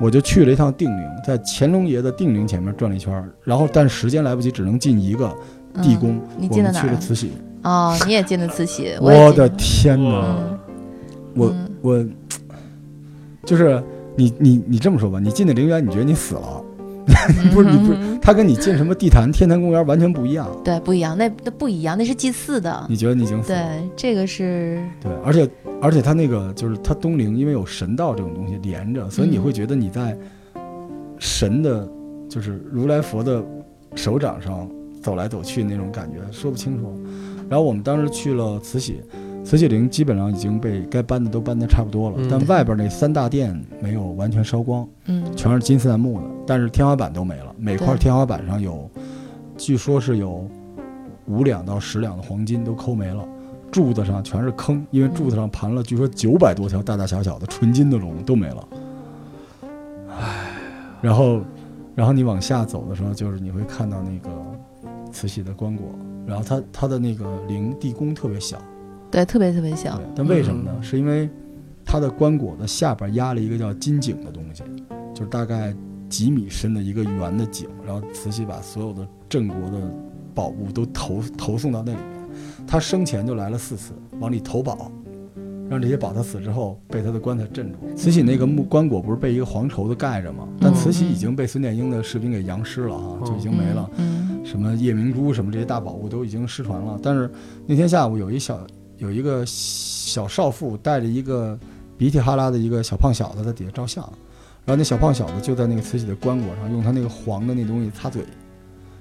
Speaker 4: 我就去了一趟定陵，在乾隆爷的定陵前面转了一圈儿，然后但时间来不及，只能进一个
Speaker 3: 嗯
Speaker 4: 地宫，
Speaker 3: 你
Speaker 4: 我
Speaker 3: 进了
Speaker 4: 们
Speaker 3: 哪
Speaker 4: 去
Speaker 3: 儿
Speaker 4: 了
Speaker 3: 啊？
Speaker 4: 慈禧。
Speaker 3: 哦，你也进了啊慈 禧，
Speaker 4: 我
Speaker 3: 也进
Speaker 4: 的天哪！
Speaker 3: 嗯，
Speaker 4: 我
Speaker 3: 嗯
Speaker 4: 我就是你你你这么说吧，你进那陵园，你觉得你死了， 不是你不是
Speaker 3: 嗯
Speaker 4: 它跟你进什么地坛、天坛公园完全不一样，
Speaker 3: 对不一样，那那不一样，那是祭祀的，
Speaker 4: 你觉得你已经死了。
Speaker 3: 对，这个是
Speaker 4: 对，而且而且它那个就是它东陵，因为有神道这种东西连着，所以你
Speaker 3: 嗯
Speaker 4: 会觉得你在神的，就是如来佛的手掌上走来走去那种感觉，说不清楚。然后我们当时去了慈禧，慈禧陵基本上已经被该搬的都搬得差不多了，
Speaker 2: 嗯
Speaker 4: 但外边那三大殿没有完全烧光，
Speaker 3: 嗯
Speaker 4: 全是金丝楠木的，但是天花板都没了，每块
Speaker 3: 对
Speaker 4: 天花板上有，据说是有五两到十两的黄金都抠没了。柱子上全是坑，因为柱子上盘了，据说九百多条大大小小的纯金的龙都没了。唉，然后，然后你往下走的时候，就是你会看到那个慈禧的棺椁，然后它它的那个陵地宫特别小，
Speaker 3: 对，特别特别像
Speaker 4: 对，但为什么呢？
Speaker 2: 嗯
Speaker 4: 是因为它的棺椁的下边压了一个叫金井的东西，就是大概几米深的一个圆的井，然后慈禧把所有的镇国的宝物都投投送到那里面。他生前就来了四次，往里投宝，让这些宝他死之后被他的棺材镇住。慈禧那个木棺椁不是被一个黄绸子盖着吗？但慈禧已经被孙殿英的士兵给扬尸了哈、
Speaker 2: 嗯
Speaker 4: 就已经没了。，
Speaker 3: 嗯
Speaker 4: 什么夜明珠什么这些大宝物都已经失传了。但是那天下午有一小有一个小少妇带着一个鼻涕哈拉的一个小胖小子在底下照相，然后那小胖小子就在那个慈禧的棺椁上用他那个黄的那东西擦嘴，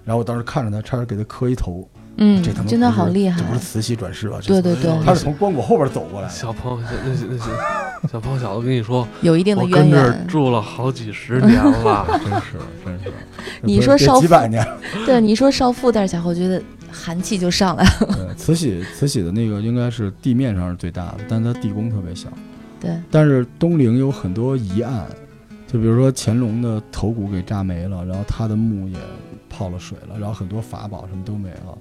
Speaker 4: 然后我当时看着他，差点给他磕一头。
Speaker 3: 嗯
Speaker 4: 这他妈
Speaker 3: 嗯，真的
Speaker 4: 不是
Speaker 3: 好厉
Speaker 4: 这
Speaker 3: 害，
Speaker 4: 不是慈禧转世吧？这
Speaker 3: 对对对，
Speaker 4: 他是从棺椁后边走过来的。
Speaker 2: 小胖，小那那那小胖小子跟你说，
Speaker 3: 有一定的
Speaker 2: 我
Speaker 3: 渊
Speaker 2: 哦跟这儿
Speaker 3: 源。
Speaker 2: 住了好几十年了，
Speaker 4: 真是，真是，
Speaker 3: 你
Speaker 4: 不是
Speaker 3: 说
Speaker 4: 别
Speaker 3: 少
Speaker 4: 几
Speaker 3: 妇
Speaker 4: 百年了
Speaker 3: 对，你说少妇带着小后，我觉得寒气就上来了。
Speaker 4: 对，呃慈禧慈禧的那个应该是地面上是最大的，但它地宫特别小。
Speaker 3: 对，
Speaker 4: 但是东陵有很多疑案，就比如说乾隆的头骨给炸没了，然后他的墓也泡了水了，然后很多法宝什么都没了，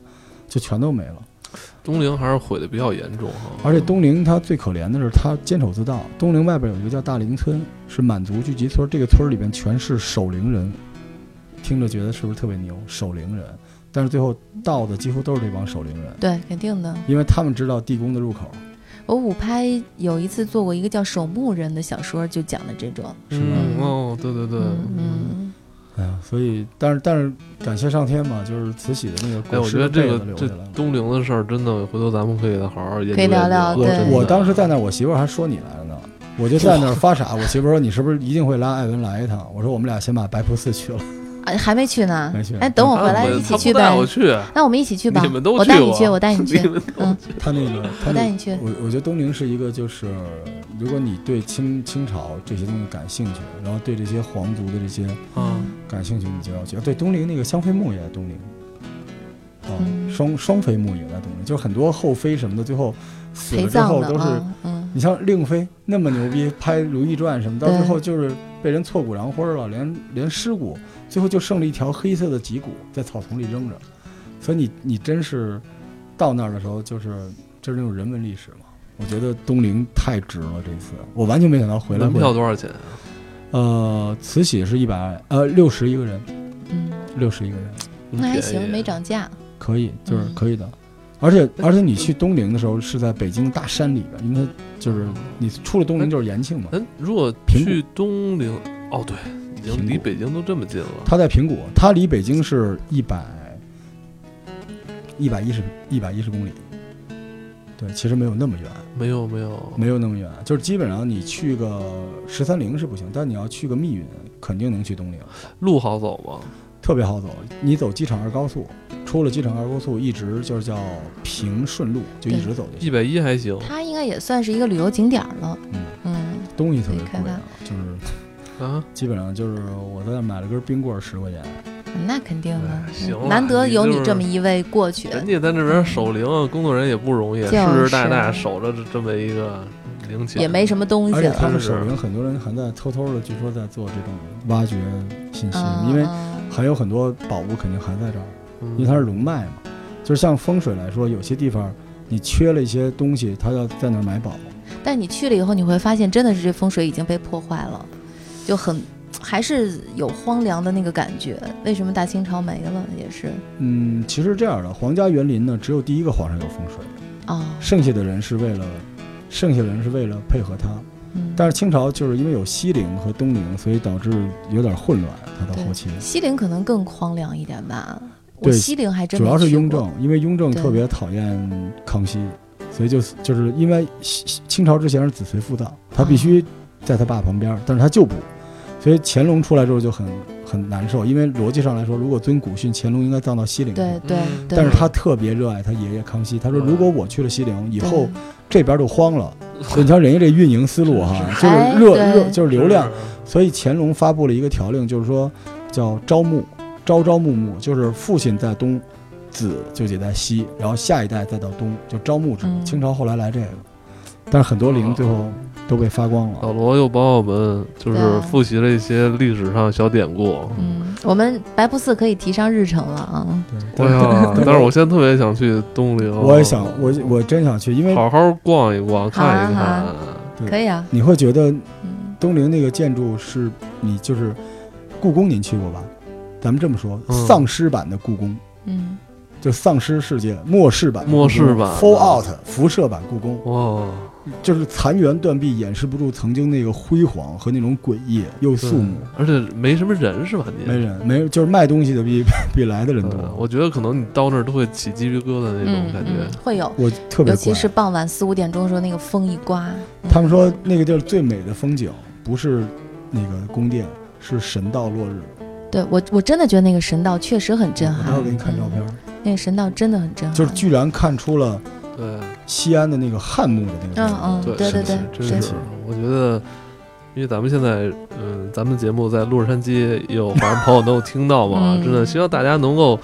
Speaker 4: 就全都没了。
Speaker 2: 东陵还是毁的比较严重哈。
Speaker 4: 而且东陵它最可怜的是它坚守自盗。东陵外边有一个叫大陵村，是满族聚集村，这个村儿里边全是守陵人，听着觉得是不是特别牛？守陵人，但是最后盗的几乎都是这帮守陵人，
Speaker 3: 对，肯定的。
Speaker 4: 因为他们知道地宫的入口。
Speaker 3: 我五拍有一次做过一个叫《守墓人》的小说，就讲的这种。
Speaker 4: 是吧
Speaker 2: 嗯哦，对对对，嗯
Speaker 3: 嗯
Speaker 4: 哎呀，所以，但是但是，感谢上天嘛，就是慈禧的那个
Speaker 2: 哎，
Speaker 4: 裹
Speaker 2: 我
Speaker 4: 尸
Speaker 2: 觉得
Speaker 4: 的被
Speaker 2: 这
Speaker 4: 子
Speaker 2: 个
Speaker 4: 留
Speaker 2: 这
Speaker 4: 下来了。
Speaker 2: 东陵的事儿，真的回头咱们可以再好好研究。
Speaker 3: 可以聊聊
Speaker 2: 研究
Speaker 3: 对
Speaker 4: 我我当时在
Speaker 2: 那，
Speaker 4: 那儿，我媳妇儿还说你来了呢，我就在那儿 发傻。我媳妇儿说你是不是一定会拉艾文来一趟？我说我们俩先把白瀑寺去 了。
Speaker 3: 嗯，啊，还没去呢
Speaker 4: 没去。
Speaker 3: 哎，等我回来
Speaker 2: 他不
Speaker 3: 一起
Speaker 2: 他
Speaker 3: 去
Speaker 2: 不带
Speaker 3: 呗。
Speaker 2: 啊我去，
Speaker 3: 那我们一起去吧。
Speaker 2: 你们都
Speaker 3: 我带你
Speaker 2: 去
Speaker 3: 去，
Speaker 2: 我啊
Speaker 3: 我带你
Speaker 2: 你
Speaker 3: 去，
Speaker 2: 们
Speaker 3: 嗯，
Speaker 4: 他那个，他
Speaker 3: 我带
Speaker 4: 那
Speaker 3: 你去。
Speaker 4: 我我觉得东陵是一个，就是如果你对清清朝这些东西感兴趣，然后对这些皇族的这些
Speaker 2: 啊，
Speaker 4: 感兴趣，你就要去。啊对，东陵那个香妃墓也在东陵，啊，
Speaker 3: 嗯
Speaker 4: 双双妃墓也在东陵，就是很多后妃什么的，最后死
Speaker 3: 陪
Speaker 4: 了之
Speaker 3: 葬
Speaker 4: 后
Speaker 3: 的
Speaker 4: 都是。
Speaker 3: 啊，嗯，
Speaker 4: 你像令妃那么牛逼，拍《如懿传》什么，到
Speaker 3: 对
Speaker 4: 最后就是被人挫骨扬灰了，连连尸骨，最后就剩了一条黑色的脊骨在草丛里扔着。所以你你真是到那儿的时候，就是就是那种人文历史嘛。我觉得东陵太值了，这次我完全没想到回来
Speaker 2: 门
Speaker 4: 会。
Speaker 2: 票多少钱啊？
Speaker 4: 呃，慈禧是一百呃六十一个人，
Speaker 3: 嗯，
Speaker 4: 六十一个人
Speaker 3: 那还
Speaker 2: 便宜
Speaker 3: 行，没涨价。
Speaker 4: 可以，就是
Speaker 3: 嗯
Speaker 4: 可以的。而且而且你去东陵的时候是在北京大山里边，因为它就是你出了东陵就是延庆嘛。
Speaker 2: 咱如果
Speaker 4: 平谷
Speaker 2: 去东陵，哦，对，已经
Speaker 4: 平
Speaker 2: 离
Speaker 4: 谷
Speaker 2: 北京都这么近了。
Speaker 4: 他在平谷，他离北京是一百一百一十一百一十公里。对，其实没有那么远，
Speaker 2: 没有没有，
Speaker 4: 没有那么远，就是基本上你去个十三陵是不行，但你要去个密云，肯定能去东陵，
Speaker 2: 路好走吗？
Speaker 4: 特别好走。你走机场二高速，出了机场二高速，一直就是叫平顺路，就一直走就
Speaker 2: 一
Speaker 4: 行。
Speaker 2: 百一还行。
Speaker 3: 它应该也算是一个旅游景点儿了。
Speaker 4: 嗯，
Speaker 3: 嗯，
Speaker 4: 东西特别
Speaker 3: 可以看
Speaker 4: 贵啊，就是
Speaker 2: 啊，
Speaker 4: 基本上就是我在那儿买了根冰棍儿十块钱，
Speaker 3: 那肯定的
Speaker 2: 哎，行
Speaker 3: 嗯
Speaker 2: 了
Speaker 3: 难得
Speaker 2: 你
Speaker 3: 有
Speaker 2: 就
Speaker 3: 你这
Speaker 2: 是
Speaker 3: 么一位过去，
Speaker 2: 人家在那边守灵，工作人也不容易，
Speaker 3: 就
Speaker 2: 世世代代
Speaker 3: 是
Speaker 2: 守着这这么一个灵寝，
Speaker 3: 也没什么东
Speaker 4: 而
Speaker 3: 西啊
Speaker 4: 且
Speaker 3: 了。
Speaker 4: 他们
Speaker 2: 是
Speaker 4: 守灵，很多人还在偷偷的，据说在做这种挖掘信息，
Speaker 3: 嗯，
Speaker 4: 因为
Speaker 3: 嗯
Speaker 4: 还有很多宝物肯定还在这儿，
Speaker 2: 嗯，
Speaker 4: 因为它是龙脉嘛。就是像风水来说，有些地方你缺了一些东西，他要在那儿买宝。
Speaker 3: 但你去了以后，你会发现真的是这风水已经被破坏了，就很还是有荒凉的那个感觉。为什么大清朝没了也是
Speaker 4: 嗯，其实这样的皇家园林呢，只有第一个皇上有风水，
Speaker 3: 啊，
Speaker 4: 剩下的人是为了，剩下的人是为了配合他。
Speaker 3: 嗯，
Speaker 4: 但是清朝就是因为有西陵和东陵，所以导致有点混乱。它到
Speaker 3: 对
Speaker 4: 后期
Speaker 3: 西陵可能更荒凉一点吧。我
Speaker 4: 对
Speaker 3: 西陵还真
Speaker 4: 主要
Speaker 3: 没
Speaker 4: 是
Speaker 3: 去
Speaker 4: 雍
Speaker 3: 过
Speaker 4: 正，因为雍正
Speaker 3: 对
Speaker 4: 特别讨厌康熙，所以就是就是因为西西清朝之前是子随父道，他必
Speaker 3: 啊
Speaker 4: 须在他爸旁边，但是他就不。所以乾隆出来之后就很很难受，因为逻辑上来说，如果遵古训，乾隆应该葬到西陵。
Speaker 3: 对对
Speaker 2: 嗯
Speaker 3: 对，
Speaker 4: 但是他特别热爱他爷爷康熙，他说
Speaker 2: 嗯
Speaker 4: 如果我去了西陵，以
Speaker 3: 对
Speaker 4: 后这边就荒了。所以你瞧人家这运营思路 哈，
Speaker 2: 是
Speaker 4: 就是
Speaker 3: 哎
Speaker 4: 热
Speaker 3: 对
Speaker 4: 热就是流量，
Speaker 2: 是
Speaker 4: 所以乾隆发布了一个条令，就是说叫朝暮，朝朝暮暮，就是父亲在东，子就得在西，然后下一代再到东，就朝暮之暮。
Speaker 3: 嗯
Speaker 4: 清朝后来来这个，但是很多陵最后
Speaker 2: 哦
Speaker 4: 都被发光
Speaker 2: 老
Speaker 4: 了。
Speaker 2: 罗又帮我们就是
Speaker 3: 对啊
Speaker 2: 复习了一些历史上的小典故。
Speaker 3: 嗯，我们白布寺可以提上日程了啊。
Speaker 4: 对，
Speaker 2: 哎
Speaker 4: 但是
Speaker 2: 呀，但是我现在特别想去东陵，
Speaker 4: 我也想，我我真想去，因为
Speaker 2: 哦好好逛一逛，
Speaker 3: 好啊
Speaker 2: 看一
Speaker 3: 好
Speaker 2: 看
Speaker 3: 啊。
Speaker 4: 嗯
Speaker 3: 可以啊，
Speaker 4: 你会觉得
Speaker 3: 嗯，
Speaker 4: 东陵那个建筑是你就是故宫，您去过吧？咱们这么说，
Speaker 2: 嗯
Speaker 4: 丧尸版的故宫，
Speaker 3: 嗯，
Speaker 4: 就丧尸世界末世版故宫，
Speaker 2: 末世版的
Speaker 4: Fallout 辐射版故宫，
Speaker 2: 哇，
Speaker 4: 就是残垣断壁掩饰不住曾经那个辉煌和那种诡异又肃穆。
Speaker 2: 而且没什么人是吧？你
Speaker 4: 没人，没人，就是卖东西的比 比来的人多。
Speaker 2: 嗯我觉得可能你到那儿都会起鸡皮疙瘩那种感
Speaker 3: 嗯
Speaker 2: 觉
Speaker 3: 嗯。会有，
Speaker 4: 我特别
Speaker 3: 尤其
Speaker 4: 怪，
Speaker 3: 是傍晚四五点钟的时候，那个风一刮，嗯
Speaker 4: 他们说那个地儿最美的风景不是那个宫殿，是神道落日。
Speaker 3: 对我我真的觉得那个神道确实很震
Speaker 4: 我待会
Speaker 3: 撼
Speaker 4: 儿，给你看照片，
Speaker 3: 那个神道真的很震撼，
Speaker 4: 就是居然看出了
Speaker 2: 对，
Speaker 4: 西安的那个汉墓的那个地方。
Speaker 3: 嗯嗯
Speaker 2: 对
Speaker 3: 嗯对对
Speaker 4: 神奇
Speaker 3: 对
Speaker 2: 真
Speaker 3: 对
Speaker 2: 是，我觉得，因为咱们现在，嗯，咱们节目在洛杉矶也有华人朋友能够听到嘛，
Speaker 3: 嗯
Speaker 2: 真的希望大家能够，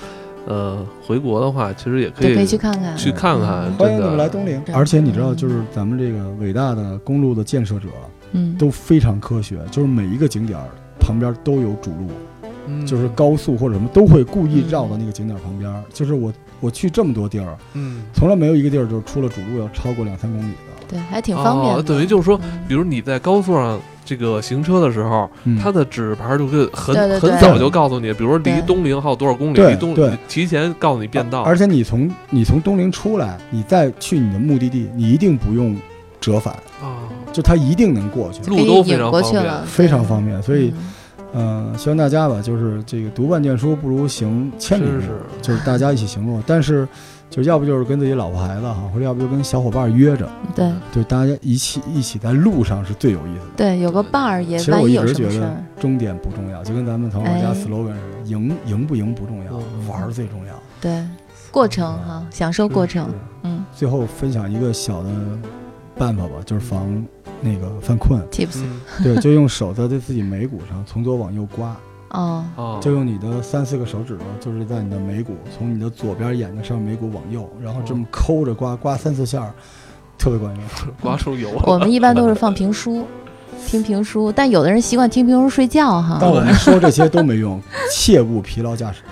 Speaker 2: 呃，回国的话，其实也可
Speaker 3: 对，可
Speaker 2: 以
Speaker 3: 以去看看。
Speaker 2: 去看看，
Speaker 3: 嗯
Speaker 4: 欢迎
Speaker 2: 真
Speaker 4: 你
Speaker 2: 的
Speaker 4: 们来东陵
Speaker 3: 真。的
Speaker 4: 而且你知道，就是咱们这个伟大的公路的建设者
Speaker 3: 嗯，
Speaker 4: 都非常科学，就是每一个景点儿旁边都有主路，
Speaker 2: 嗯
Speaker 4: 就是高速或者什么都会故意绕到那个景点儿旁边儿。就是我我去这么多地儿，
Speaker 2: 嗯，
Speaker 4: 从来没有一个地儿就是出了主路要超过两三公里的。
Speaker 3: 对，还挺方便
Speaker 2: 哦
Speaker 3: 的。
Speaker 2: 等于就是说，
Speaker 3: 嗯
Speaker 2: 比如你在高速上这个行车的时候，
Speaker 4: 嗯，
Speaker 2: 它的指示牌就跟很
Speaker 3: 对对对
Speaker 2: 很早就告诉你，比如说离
Speaker 3: 对
Speaker 2: 东陵还有多少公里，
Speaker 4: 对
Speaker 2: 离东
Speaker 4: 对
Speaker 2: 提前告诉你变道，
Speaker 4: 而且你从你从东陵出来，你再去你的目的地，你一定不用折返，
Speaker 2: 啊，
Speaker 4: 就它一定能过去，
Speaker 2: 路
Speaker 3: 给你
Speaker 2: 都非
Speaker 3: 引
Speaker 2: 常
Speaker 3: 过
Speaker 2: 方
Speaker 3: 去
Speaker 2: 便
Speaker 3: 了，
Speaker 4: 非常
Speaker 3: 对
Speaker 4: 方便。所以，
Speaker 2: 嗯
Speaker 4: 呃，希望大家吧，就是这个读万卷书不如行千里路，
Speaker 2: 真是
Speaker 4: 就是大家一起行动。但是，就要不就是跟自己老婆孩子哈，或者要不就跟小伙伴约着，
Speaker 3: 嗯对
Speaker 4: 就大家一起一起在路上是最有意思的。
Speaker 3: 对，有个伴儿也
Speaker 4: 其实
Speaker 3: 万
Speaker 4: 我
Speaker 3: 一
Speaker 4: 一
Speaker 3: 有
Speaker 4: 直
Speaker 3: 什
Speaker 4: 觉
Speaker 3: 么事
Speaker 4: 得
Speaker 3: 儿，
Speaker 4: 终点不重要，就跟咱们《头号玩家
Speaker 3: 哎》
Speaker 4: slogan 似的，赢赢不赢不重要，
Speaker 2: 嗯
Speaker 4: 玩儿最重要。
Speaker 3: 对，过程
Speaker 4: 嗯
Speaker 3: 哈，享受过程
Speaker 2: 是是，
Speaker 3: 嗯
Speaker 4: 最后分享一个小的办法吧，就是防那个犯困。
Speaker 3: ，tips
Speaker 2: 嗯
Speaker 4: 对，就用手在对自己眉骨上从左往右刮，
Speaker 3: 哦，
Speaker 2: 哦，
Speaker 4: 就用你的三四个手指头，就是在你的眉骨，从你的左边眼睛上眉骨往右，然后这么抠着刮，刮三四下儿，特别管用。
Speaker 2: 刮出油
Speaker 3: 我们一般都是放评书，听评书，但有的人习惯听评书睡觉哈。
Speaker 4: 但我们说这些都没用，切勿疲劳驾驶。